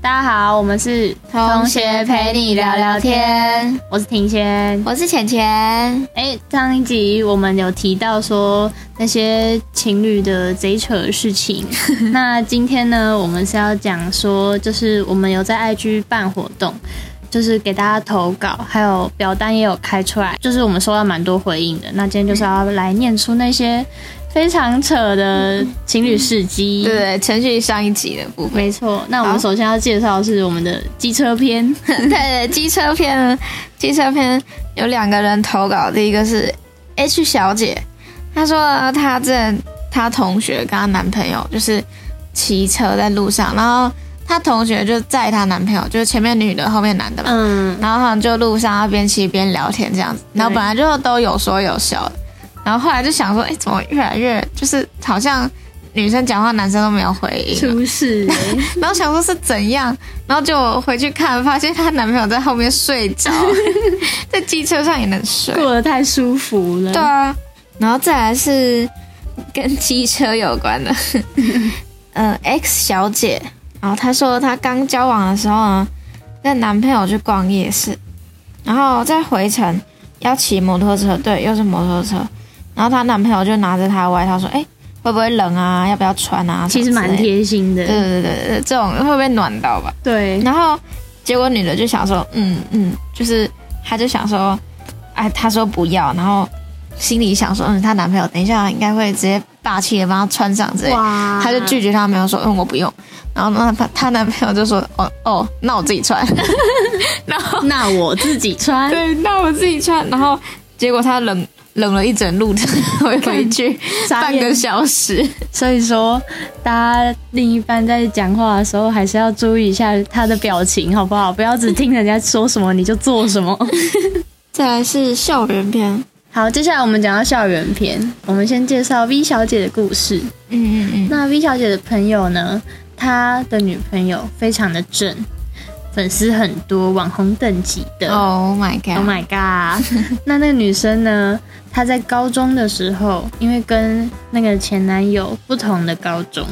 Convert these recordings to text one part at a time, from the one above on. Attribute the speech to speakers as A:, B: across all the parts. A: 大家好，我们是
B: 同学陪你聊聊天，
A: 我是庭轩。
B: 我是浅浅，
A: 哎、上一集我们有提到说那些情侣的贼扯的事情， 那今天呢，我们是要讲说，就是我们有在 IG 办活动。就是给大家投稿，还有表单也有开出来，就是我们收到蛮多回应的。那今天就是要来念出那些非常扯 的情侣事迹。
B: 对，对，程序上一集的部分，
A: 没错，那我们
B: 好
A: 首先要介绍的是我们的机车篇，
B: 对对，机车篇，机车篇有两个人投稿，第一个是 H 小姐，她说呢她之前她同学跟她男朋友就是骑车在路上，然后她同学就载她男朋友，就是前面女的，后面男的嘛，
A: 嗯，
B: 然后他们就路上要边骑边聊天这样子，然后本来就都有说有笑的，然后后来就想说，哎，怎么越来越就是好像女生讲话男生都没有回 应，
A: 出事、
B: 然后想说是怎样，然后就回去看，发现她男朋友在后面睡着，在机车上也能睡，
A: 过得太舒服了。
B: 对啊，然后再来是跟机车有关 的，嗯、x 小姐，然后她说她刚交往的时候呢，跟男朋友去逛夜市，然后在回程要骑摩托车，对，又是摩托车，然后她男朋友就拿着她的外套说，哎、会不会冷啊？要不要穿啊？
A: 其实蛮
B: 甜，
A: 贴心的
B: 对。对对对对，这种会不会暖到吧？
A: 对，
B: 然后结果女的就想说，嗯嗯，就是她就想说，哎，她说不要，然后心里想说，嗯，她男朋友等一下应该会直接霸气的帮她穿上之类的，
A: 哇
B: 她就拒绝她男朋友说，嗯，我不用。然后那她她男朋友就说，哦哦，那我自己穿。 然后
A: 那我自己穿，
B: 对，那我自己穿。然后结果她冷冷了一整路程回回去，
A: 傻
B: 半
A: 眼
B: 个小时。
A: 所以说，大家另一半在讲话的时候，还是要注意一下他的表情，好不好？不要只听人家说什么你就做什么。
B: 再来是校园篇，
A: 好，接下来我们讲到校园篇，我们先介绍 V 小姐的故事。
B: 嗯嗯嗯，
A: 那 V 小姐的朋友呢，她的女朋友非常的正，粉丝很多，网红等级的。
B: Oh my
A: Oh
B: god！
A: my god！那那个女生呢？她在高中的时候，因为跟那个前男友不同的高中，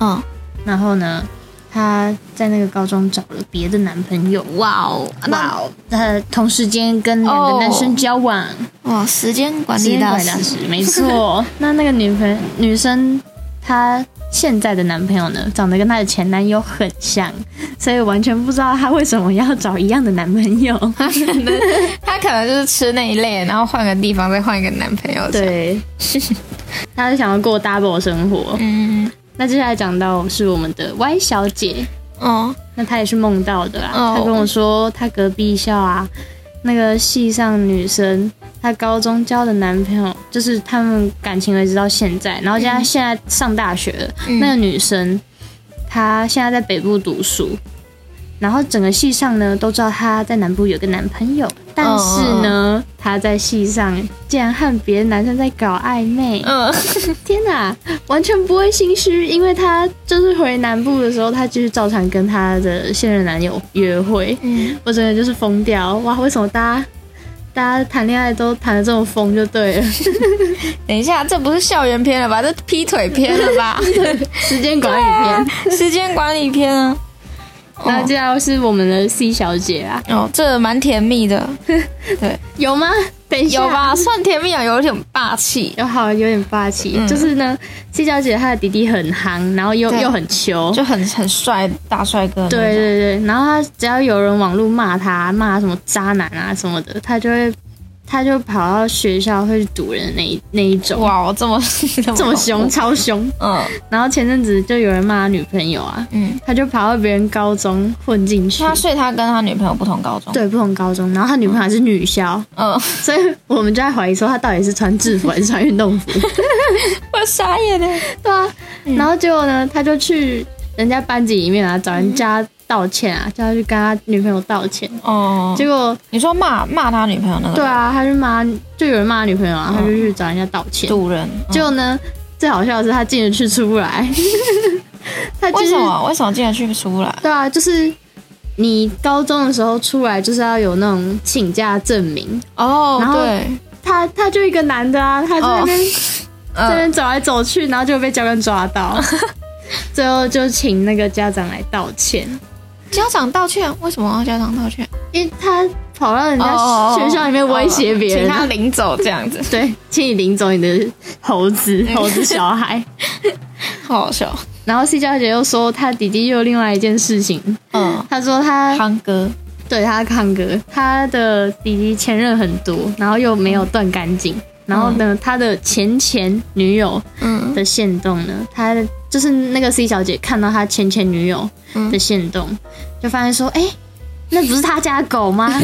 B: 嗯，
A: 然后呢，她在那个高中找了别的男朋友。
B: 哇哦，那
A: 哇哦！她同时间跟两个男生交往，啊
B: 哇，哦时间管
A: 时
B: 理
A: 间
B: 大
A: 管理大
B: 师
A: 师，没 错。那那个女朋女生，她现在的男朋友呢，长得跟她的前男友很像，所以完全不知道她为什么要找一样的男朋友。
B: 他可能 他可能就是吃那一类，然后换个地方再换一个男朋 友。，
A: 对，她就想要过 double 生活。
B: 嗯，
A: 那接下来讲到是我们的 Y 小姐，
B: 哦，
A: 那她也是梦到的啦。啊
B: 哦
A: 她跟我说，她隔壁校啊，那个系上女生，她高中交的男朋友，就是他们感情维持到现在，然后现在现在上大学了。
B: 嗯
A: 那个女生，她现在在北部读书。然后整个系上呢都知道她在南部有个男朋友，但是
B: 哦
A: 呢，她在系上竟然和别的男生在搞暧昧。
B: 嗯，
A: 天哪，完全不会心虚，因为她就是回南部的时候，她就是照常跟她的现任男友约会。
B: 嗯，
A: 我真的就是疯掉哇！为什么大家大家谈恋爱都谈的这么疯就对 了？
B: 等一下，这不是校园片了吧？这劈腿片了 吧？
A: 时间管理篇。
B: 时间管理片啊。
A: 那
B: 哦
A: 接下来是我们的 C 小姐啊，
B: 哦，这蛮甜蜜的，
A: 有吗？等一下，
B: 有？吧？算甜蜜啊，有点霸气，
A: 有好，有点霸气。
B: 嗯
A: 就是呢，C 小姐她的弟弟很夯，然后又
B: 对
A: 又很穷，
B: 就很很帅，大帅哥。
A: 对，对对，然后他只要有人网络骂他，骂什么渣男啊什么的，他就会，他就跑到学校会去堵人的那一那一种，
B: 哇，我这么
A: 这
B: 这
A: 么凶，，超凶。
B: 嗯
A: 然后前阵子就有人骂他女朋友啊，
B: 嗯，
A: 他就跑到别人高中混进去，
B: 他所以他跟他女朋友不同高中。，
A: 对不同高中，然后他女朋友还是女校，
B: 嗯，
A: 所以我们就在怀疑说他到底是穿制服还是穿运动 服。
B: 我傻眼欸了。
A: 对啊，
B: 嗯
A: 然后结果呢，他就去人家班级里面啊找
B: 嗯
A: 人家道歉啊，叫他去跟他女朋友道歉，
B: 哦，
A: 结果。
B: 你说骂骂他女朋友那个
A: 对啊，他就骂，就有人骂他女朋友啊，
B: 嗯
A: 他就去找人家道歉。
B: 主人，嗯
A: 结果呢，最好笑的是他进得去出不来。 他就
B: 为
A: 是
B: 什么为什么进得去出不来？
A: 对啊，就是你高中的时候出来就是要有那种请假证明。
B: 哦
A: 然后，他他就一个男的啊，他在那边、在那
B: 嗯，
A: 边走来走去， 然后就被教官抓到。最后就请那个家长来道歉，
B: 家长道歉，为什么要家长道歉？
A: 因为他跑到人家
B: 哦
A: 学校里面威胁别人
B: 请，他领走这 样子，
A: 对，请你领走你的猴 子猴子小孩。
B: 好好笑。
A: 然后 C 小姐又说，她弟弟又有另外一件事情，
B: 嗯，
A: 她说她
B: 康哥，
A: 对他抗哥，他的弟弟前任很多，然后又没有断干净。然后呢，他的前前女友
B: 嗯
A: 的线动呢，他就是那个 C 小姐看到他前前女友的线动，就发现说，哎、那不是他家的狗吗？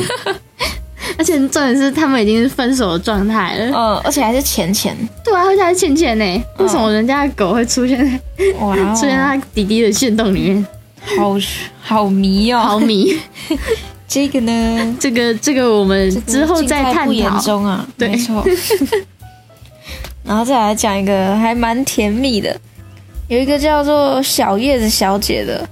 A: 而且重点是，他们已经是分手的状态了。
B: 嗯，而且还是钱钱，
A: 对啊，而且还是倩倩呢，为什么人家的狗会出现在、
B: 哇、哦，
A: 出现在他弟弟的线动里面？
B: 好好迷哦。
A: 好迷，
B: 这个呢，
A: 这个这个我们之后再
B: 尽在
A: 探
B: 不言
A: 讨。
B: 中啊，
A: 对
B: 没错。然后再来讲一个还蛮甜蜜的，有一个叫做小叶子小姐的，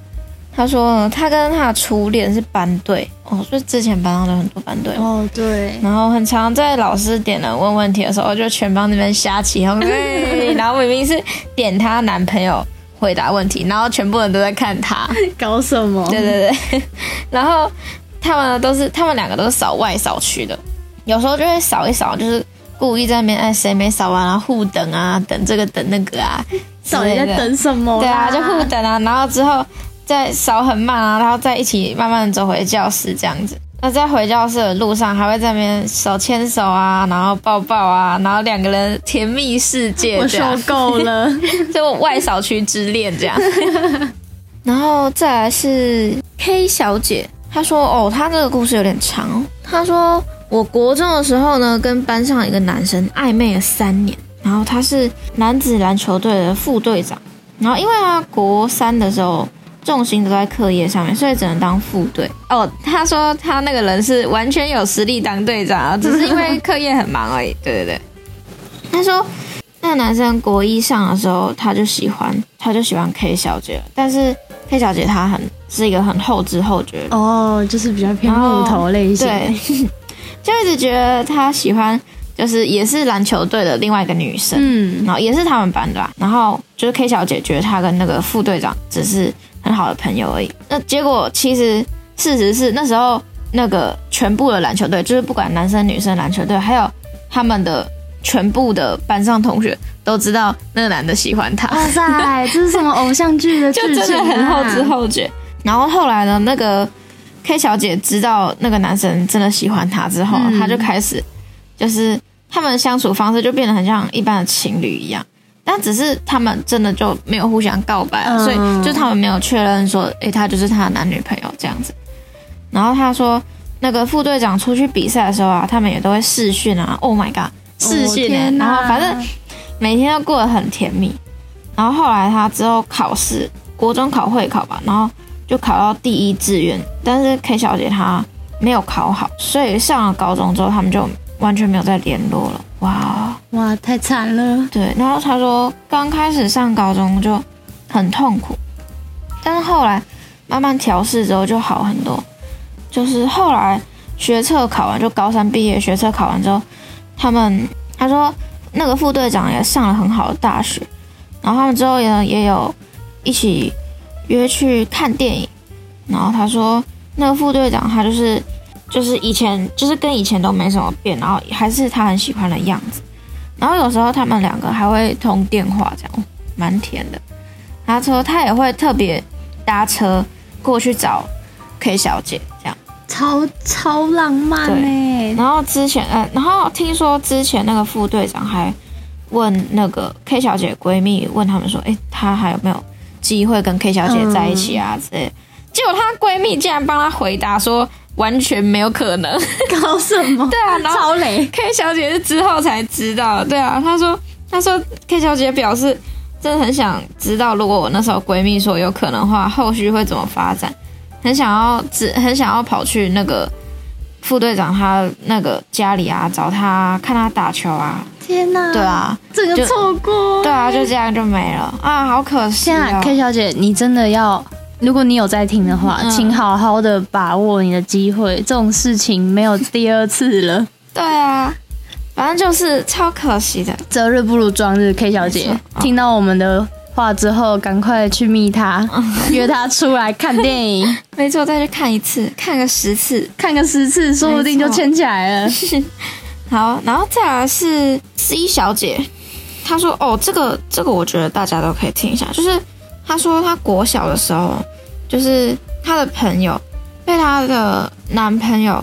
B: 她说呢，她跟她的初恋是班队哦，就之前班上都很多班队嘛。
A: 哦，对，
B: 然后很常在老师点人问问题的时候，就全班那边瞎起 哄，哎然后明明是点她男朋友回答问题，然后全部人都在看她，
A: 搞什么？
B: 对对对，然后他们都是他们两个都是扫外扫区的，有时候就会扫一扫，就是故意在那边哎谁没扫完啊互等啊等这个等那 个啊，
A: 到底在等什么？
B: 对啊就互等啊，然后之后再扫很慢啊，然后再一起慢慢走回教室这样子。那在回教室的路上，还会在那边手牵手啊，然后抱抱啊，然后两个人甜蜜世界
A: 我
B: 这样
A: 受。够 了。
B: 就外扫区之恋这样。 然后再来是 K 小姐，她说：“哦，她这个故事有点长哦。她说，我国中的时候呢，跟班上一个男生暧昧了三年，然后他是男子篮球队的副队长。然后因为他国三的时候重心都在课业上面，所以只能当副队。哦，他说他那个人是完全有实力当队长，只是因为课业很忙而已。对对对，他说那个男生国一上的时候，他就喜欢，他就喜欢 K 小姐了，但是 K 小姐她很是一个很后知后觉的人，
A: 哦，就是比较偏木头类型。
B: 对， 就一直觉得他喜欢，就是也是篮球队的另外一个女生，
A: 嗯，
B: 然后也是他们班的、啊，然后就是 K 小姐觉得她跟那个副队长只是很好的朋友而已。那结果其实事实是那时候那个全部的篮球队，就是不管男生女生篮球队，还有他们的全部的班上同学都知道那个男的喜欢她。
A: 哇塞，这是什么偶像剧的
B: 就
A: 剧
B: 真
A: 情
B: 的
A: 啊？
B: 很后知后觉。然后后来呢，那个 K 小姐知道那个男生真的喜欢她之后，
A: 嗯
B: 她就开始就是他们的相处方式就变得很像一般的情侣一样。但只是他们真的就没有互相告白了，
A: 嗯
B: 所以就他们没有确认说，诶、他就是他的男女朋友这样子。然后他说，那个副队长出去比赛的时候啊，他们也都会试训啊，Oh my god，试
A: 哦
B: 训、欸
A: 天哪
B: 然后反正每天都过得很甜蜜。然后后来他之后考试，国中考会考吧，然后就考到第一志愿，但是 K 小姐她没有考好，所以上了高中之后，他们就完全没有再联络了。哇，哦
A: 哇，太惨了。
B: 对，然后他说刚开始上高中就很痛苦，但是后来慢慢调试之后就好很多。就是后来学测考完，就高三毕业，学测考完之后，他们他说那个副队长也上了很好的大学，然后他们之后也也有一起约去看电影，然后他说那个副队长他就是就是以前就是跟以前都没什么变，然后还是他很喜欢的样子，然后有时候他们两个还会通电话，这样哦蛮甜的。他说他也会特别搭车过去找 K 小姐这样。
A: 超超浪漫哎、
B: 然后之前，呃，然后听说之前那个副队长还问那个 K 小姐闺蜜，问他们说，诶，她还有没有机会跟 K 小姐在一起啊、之类的。结果她闺蜜竟然帮她回答说，完全没有可能。
A: 搞什么？
B: 对啊，然后
A: 超累。
B: K 小姐是之后才知道，对啊，她说，她说 K 小姐表示真的很想知道，如果我那时候闺蜜说有可能的话，后续会怎么发展，很想要只很想要跑去那个副队长他那个家里啊，找他看他打球啊，
A: 天哪！
B: 对，啊，
A: 这个
B: 就
A: 错过。
B: 对啊，就这样就没了啊，好可惜
A: 嗯天啊
B: 啊、
A: ，K 小姐，你真的要，如果你有在听的话，
B: 嗯
A: 请好好的把握你的机会，这种事情没有第二次了。
B: 对啊，反正就是超可惜的，
A: 择日不如撞日，K 小姐
B: 没错，
A: 听到我们的话之后，赶快去密他，约他出来看电影，
B: 没错，再去看一次，看个十次。
A: 看个十次，说不定就牵起来了。
B: 好，然后再来是 C 小姐，她说：“哦，这个这个，我觉得大家都可以听一下。就是她说哦她国小的时候，就是她的朋友被她的男朋友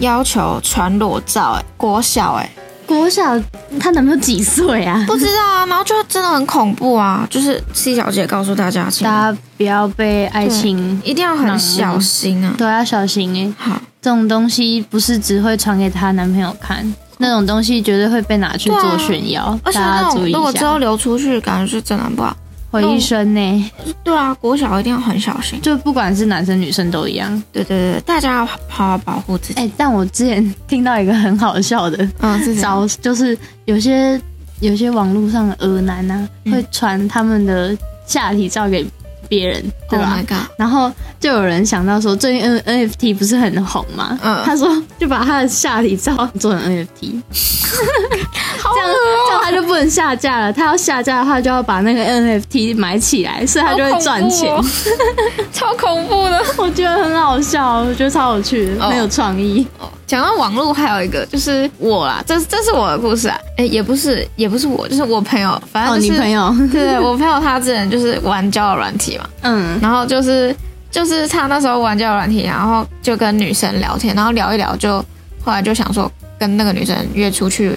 B: 要求传裸照、哎，国小哎、
A: 国小她男朋友几岁啊？
B: 不知道啊，然后就真的很恐怖啊。就是 C 小姐告诉大家，请
A: 大家不要被爱情，
B: 一定要很小心啊。
A: 都要小心哎、
B: 好，
A: 这种东西不是只会传给她男朋友看，那种东西绝对会被拿去
B: 对啊
A: 做炫耀，
B: 而且
A: 大
B: 那
A: 家
B: 种
A: 注意
B: 如果
A: 一
B: 之
A: 下，
B: 后流出去，感觉是真的很不好。
A: 毁一生呢、
B: 对啊，国小一定要很小心。
A: 就不管是男生女生都一样。
B: 对对对，大家要好好保护自己。
A: 哎、但我之前听到一个很好笑的，
B: 嗯，是这样
A: 找就是有些有些网络上的恶男啊，
B: 嗯
A: 会传他们的下体照给别人，对
B: Oh
A: 吧
B: my god！
A: 然后就有人想到说，最近 N NFT 不是很红吗？
B: 嗯
A: 他说就把他的下体照做成 NFT，这
B: 哦
A: 样这样他就不能下架了。他要下架的话，就要把那个 NFT 买起来，所以他就会赚钱。
B: 好恐怖哦 超恐怖的。
A: 我觉得很好笑，我觉得超有趣 的，
B: 哦
A: 很有创意。
B: 讲到网络，还有一个就是我啦，这这是我的故事啊，哎，也不是也不是我，就是我朋友，反
A: 哦，
B: 正就
A: 你
B: 是、
A: 朋友，
B: 对 对，我朋友他之前就是玩交友软体嘛，
A: 嗯，
B: 然后就是就是他那时候玩交友软体，然后就跟女生聊天，然后聊一聊就后来就想说跟那个女生约出去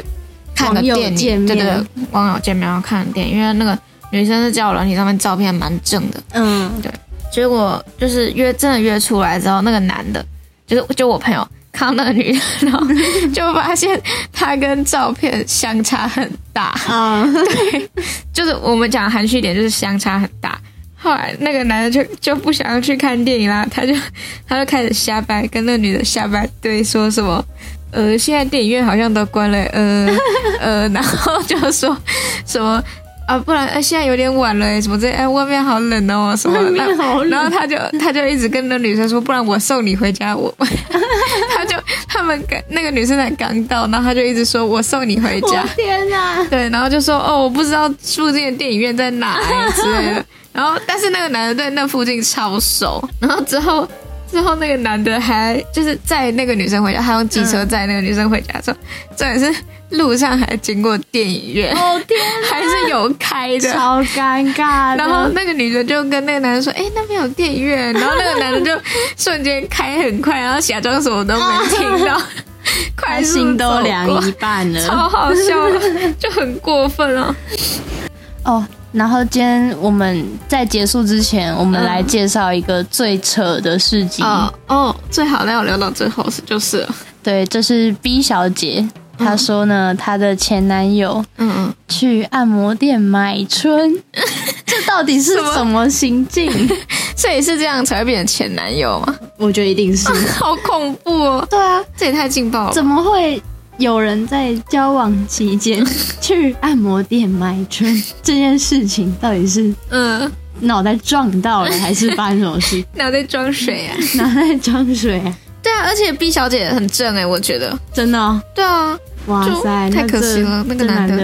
B: 看个
A: 网友
B: 电
A: 见
B: 影，
A: 面
B: 对对对，网友见面然后看电影，因为那个女生是交友软体上面照片蛮正的，
A: 嗯，
B: 结果就是约真的约出来之后，那个男的，就是就我朋友看到那个女的，然后就发现她跟照片相差很大，
A: 啊、
B: 就是我们讲含蓄一点，就是相差很大。后来那个男的就就不想要去看电影啦，他就他就开始瞎掰，跟那个女的瞎掰对说什么。呃，现在电影院好像都关了，呃 呃，然后就说什么啊，不然、呃、现在有点晚了，什么这哎外面好冷哦，什么
A: 外面
B: 那
A: 好冷
B: 然后他就他就一直跟那女生说，不然我送你回家。我 他就他们跟那个女生才刚到，然后他就一直说我送你回
A: 我
B: 家。
A: 哦天哪、
B: 对，然后就说哦，我不知道附近的电影院在哪欸之类的。然后，但是那个男的对那附近超熟。然后之后，之后那个男的还就是载那个女生回家，他用机
A: 嗯
B: 车载那个女生回家的时候，重点是路上还经过电影院，
A: 哦天
B: 还是有开的。
A: 超尴尬的。
B: 然后那个女的就跟那个男的说：“哎、那边有电影院。”然后那个男的就瞬间开很快，然后假装什么都没听到， 快
A: 哦他
B: 速
A: 心都
B: 走过
A: 凉一半了
B: 超好笑，就很过分啊！
A: 哦。然后今天我们在结束之前，我们
B: 嗯
A: 来介绍一个最扯的事情。
B: 哦哦，最好那我留到最后是就是了，
A: 对，这是 B 小姐，她说呢，她的前男友
B: 嗯嗯，
A: 去按摩店买 春，这到底是
B: 什么
A: 什么行径？
B: 所以是这样才会变成前男友吗？
A: 我觉得一定是。
B: 好恐怖 哦！
A: 对啊，
B: 这也太劲爆了吧。
A: 怎么会有人在交往期 间去按摩店买春？这件事情到底是
B: 嗯，
A: 脑袋撞到了，还是发生什么 事？
B: 脑袋装水啊！
A: 脑袋装水、啊，
B: 对啊，而且 B 小姐很正哎、我觉得。
A: 真的哦、
B: 对啊，
A: 哇塞，
B: 就太
A: 那这
B: 可惜了那个
A: 这
B: 男
A: 男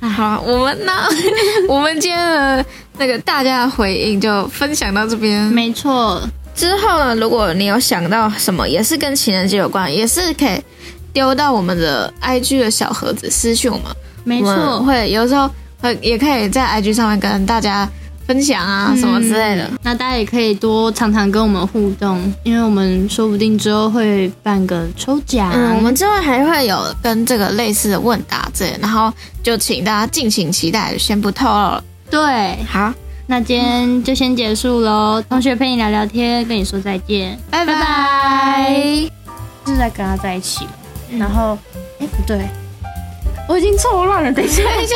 B: 的好啊，我们呢， 我们今天的那个大家的回应就分享到这边。
A: 没错，
B: 之后呢，如果你有想到什么也是跟情人节有关，也是可以丢到我们的 IG 的小盒子私讯我们。
A: 没
B: 我们
A: 错，
B: 会有时候会也可以在 IG 上面跟大家分享啊、什么之类的。
A: 嗯那大家也可以多常常跟我们互动，因为我们说不定之后会办个抽奖。
B: 嗯，我们之后还会有跟这个类似的问答之类的，然后就请大家敬请期待，先不透露了。
A: 对，
B: 好，
A: 那今天就先结束喽。同学陪你聊聊天，跟你说再见。
B: 拜拜。
A: 拜拜嗯 是在跟他在一起了，然后，哎、不对，我已经错乱了，等一下。
B: 等一下，